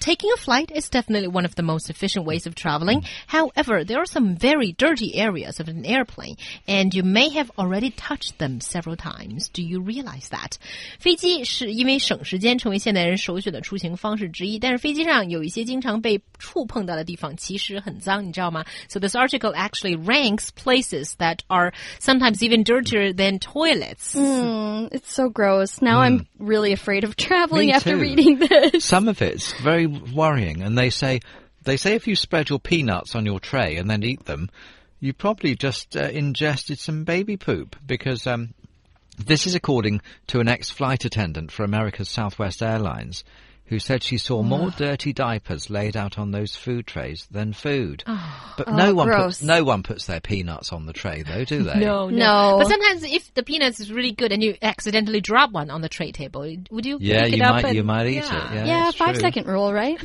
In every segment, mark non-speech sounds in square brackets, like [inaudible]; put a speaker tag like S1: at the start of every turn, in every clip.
S1: Taking a flight is definitely one of the most efficient ways of traveling. However, there are some very dirty areas of an airplane, and you may have already touched them several times. Do you realize that? 飞机是因为省时间成为现代人首选的出行方式之一，但是飞机上有一些经常被触碰到的地方其实很脏，你知道吗？So this article actually ranks places that are sometimes even dirtier than toilets.
S2: Mm, it's so gross. Now I'm really afraid of traveling
S3: Me
S2: after
S3: too.
S2: reading [laughs] this.
S3: Some of it's very worrying, and they say they say if you spread your peanuts on your tray and then eat them, you probably just uh, ingested some baby poop because um, this is according to an ex-flight attendant for America's Southwest Airlines. Who said she saw more dirty diapers laid out on those food trays than food? But no
S2: Oh,
S3: one
S2: gross.
S3: puts, no one puts their peanuts on the tray, though, do they?
S1: No,
S2: No.
S1: Oh, But sometimes, if the peanuts is really good and you accidentally drop one on the tray table, would you?
S3: Yeah,
S1: pick
S3: you
S1: it up
S3: might
S1: and-
S3: you might eat it. Yeah,
S2: yeah,
S3: it's
S2: five
S3: true.
S2: second rule,
S3: [sighs]
S2: right?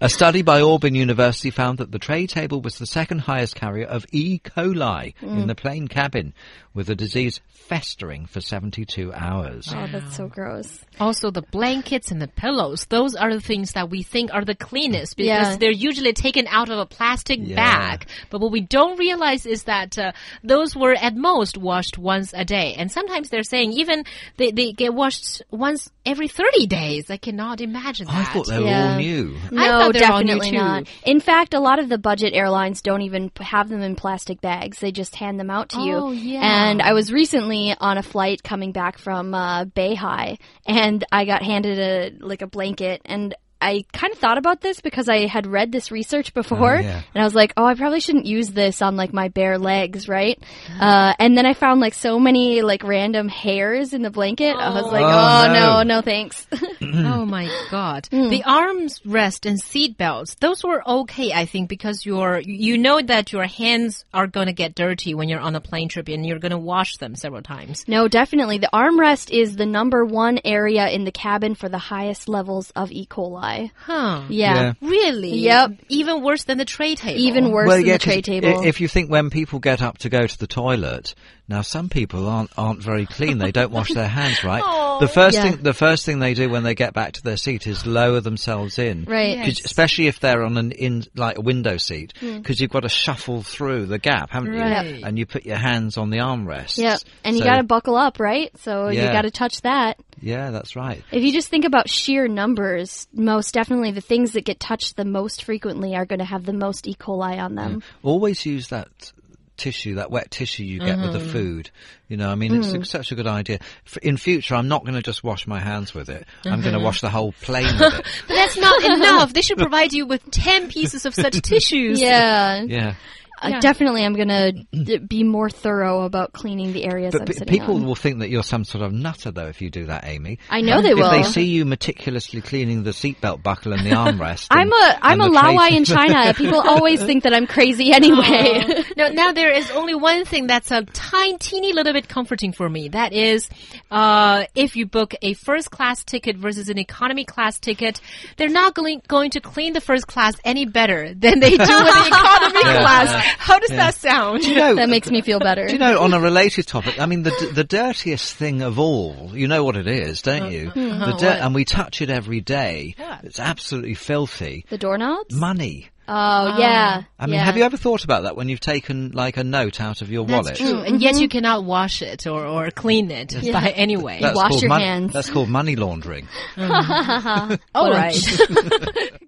S3: A study by Auburn University found that the tray table was the second highest carrier of E. coli
S2: Mm.
S3: in the plane cabin, with the disease festering for 72 hours.
S2: oh, that's so gross.
S1: Also, the blankets and the pillows; those are the things that we think are the cleanest because
S2: Yeah.
S1: they're usually taken out of a plastic
S3: Yeah.
S1: bag. But what we don't realize is that uh, those were at most washed once a day, and sometimes they're saying even they, they get washed once every thirty days. I cannot imagine
S3: Oh, I
S1: that.
S3: thought they were
S2: Yeah.
S3: all new.
S1: I
S2: No,
S1: thought they were all new
S2: definitely
S1: too.
S2: not. In fact, a lot of the budget airlines don't even p- have them in plastic bags. They just hand them out to you.
S1: Oh, yeah.
S2: And I was recently on a flight coming back from uh, Beihai, and I got handed a like a blanket and. I kind of thought about this because I had read this research before,
S3: Oh, yeah.
S2: and I was like, "Oh, I probably shouldn't use this on like my bare legs, right?" Uh, and then I found like so many like random hairs in the blanket. I was like,
S3: Oh,
S2: "Oh, no,
S3: no.
S2: no thanks." Hmm.
S1: oh my god. The arms rest and seat belts, those were okay, I think, because you're you know that your hands are gonna get dirty when you're on a plane trip and you're gonna wash them several times.
S2: No, definitely. The armrest is the number one area in the cabin for the highest levels of E. coli.
S1: Huh.
S2: Yeah.
S3: Yeah.
S1: Really?
S2: Yep.
S1: Even worse than the tray table.
S2: Even worse than
S3: yeah,
S2: the
S3: 'cause
S2: tray
S3: i-
S2: table.
S3: If you think when people get up to go to the toilet, now some people aren't aren't very clean. They don't wash their hands,
S2: [laughs]
S3: right? the first
S2: Yeah.
S3: thing the first thing they do when they get back to their seat is lower themselves in,
S2: Right.
S3: 'Cause- Especially if they're on an in like a window seat,
S2: Hmm.
S3: because you've got to shuffle through the gap, haven't
S1: Right.
S3: you? And you put your hands on the armrests.
S2: Yep. And you
S3: So-
S2: got to buckle up, right? So you
S3: Yeah.
S2: got to touch that.
S3: Yeah, that's right.
S2: If you just think about sheer numbers, most definitely the things that get touched the most frequently are going to have the most E. coli on them.
S3: Always use that tissue, that wet tissue you get with the
S2: Mm.
S3: food. You know, I mean, it's such a good idea. F in future, I'm not going to just wash my hands with it. I'm going to
S2: Mm-hmm.
S3: wash the whole plane with
S2: [laughs]
S3: it.
S1: But that's not enough. They should provide you with ten pieces of
S2: [laughs]
S1: such tissues.
S2: Yeah.
S3: Yeah.
S2: Uh,
S1: Yeah.
S2: definitely I'm going to be more thorough about cleaning the areas
S3: But
S2: I'm
S3: pe-
S2: sitting
S3: people
S2: on.
S3: will think that you're some sort of nutter, though, if you do that, Amy.
S2: I know they
S3: if
S2: will.
S3: they see you meticulously cleaning the seatbelt
S2: [laughs]
S3: buckle and the armrest.
S2: I'm
S3: and-
S2: a I'm
S3: and
S2: a
S3: the tray
S2: Lawai
S3: table.
S2: in China. People always think that I'm crazy anyway.
S1: No, [laughs] now there is only one thing that's a tiny, teeny little bit comforting for me. That is, uh, if you book a first class ticket versus an economy class ticket, they're not going, going to clean the first class any better than they do with
S3: [laughs]
S1: the economy
S3: Yeah.
S1: class. How does that sound?
S3: Do [laughs] you
S2: [laughs]
S3: know,
S2: that makes me feel
S3: [laughs]
S2: better.
S3: do you know, on a related topic, I mean, the d- the dirtiest thing of all, you know what it is, don't you? The dirt, and we touch it every day.
S1: Yeah.
S3: It's absolutely filthy.
S2: the doorknobs?
S3: Money.
S2: Oh, yeah.
S3: I mean,
S2: yeah.
S3: have you ever thought about that when you've taken like a note out of your wallet?
S1: That's true. And yet you
S3: Mm-hmm.
S1: cannot wash it or, or clean it by any way.
S3: That's
S2: Wash
S3: called
S2: your
S3: mon-
S2: hands.
S3: That's called money laundering.
S1: All right.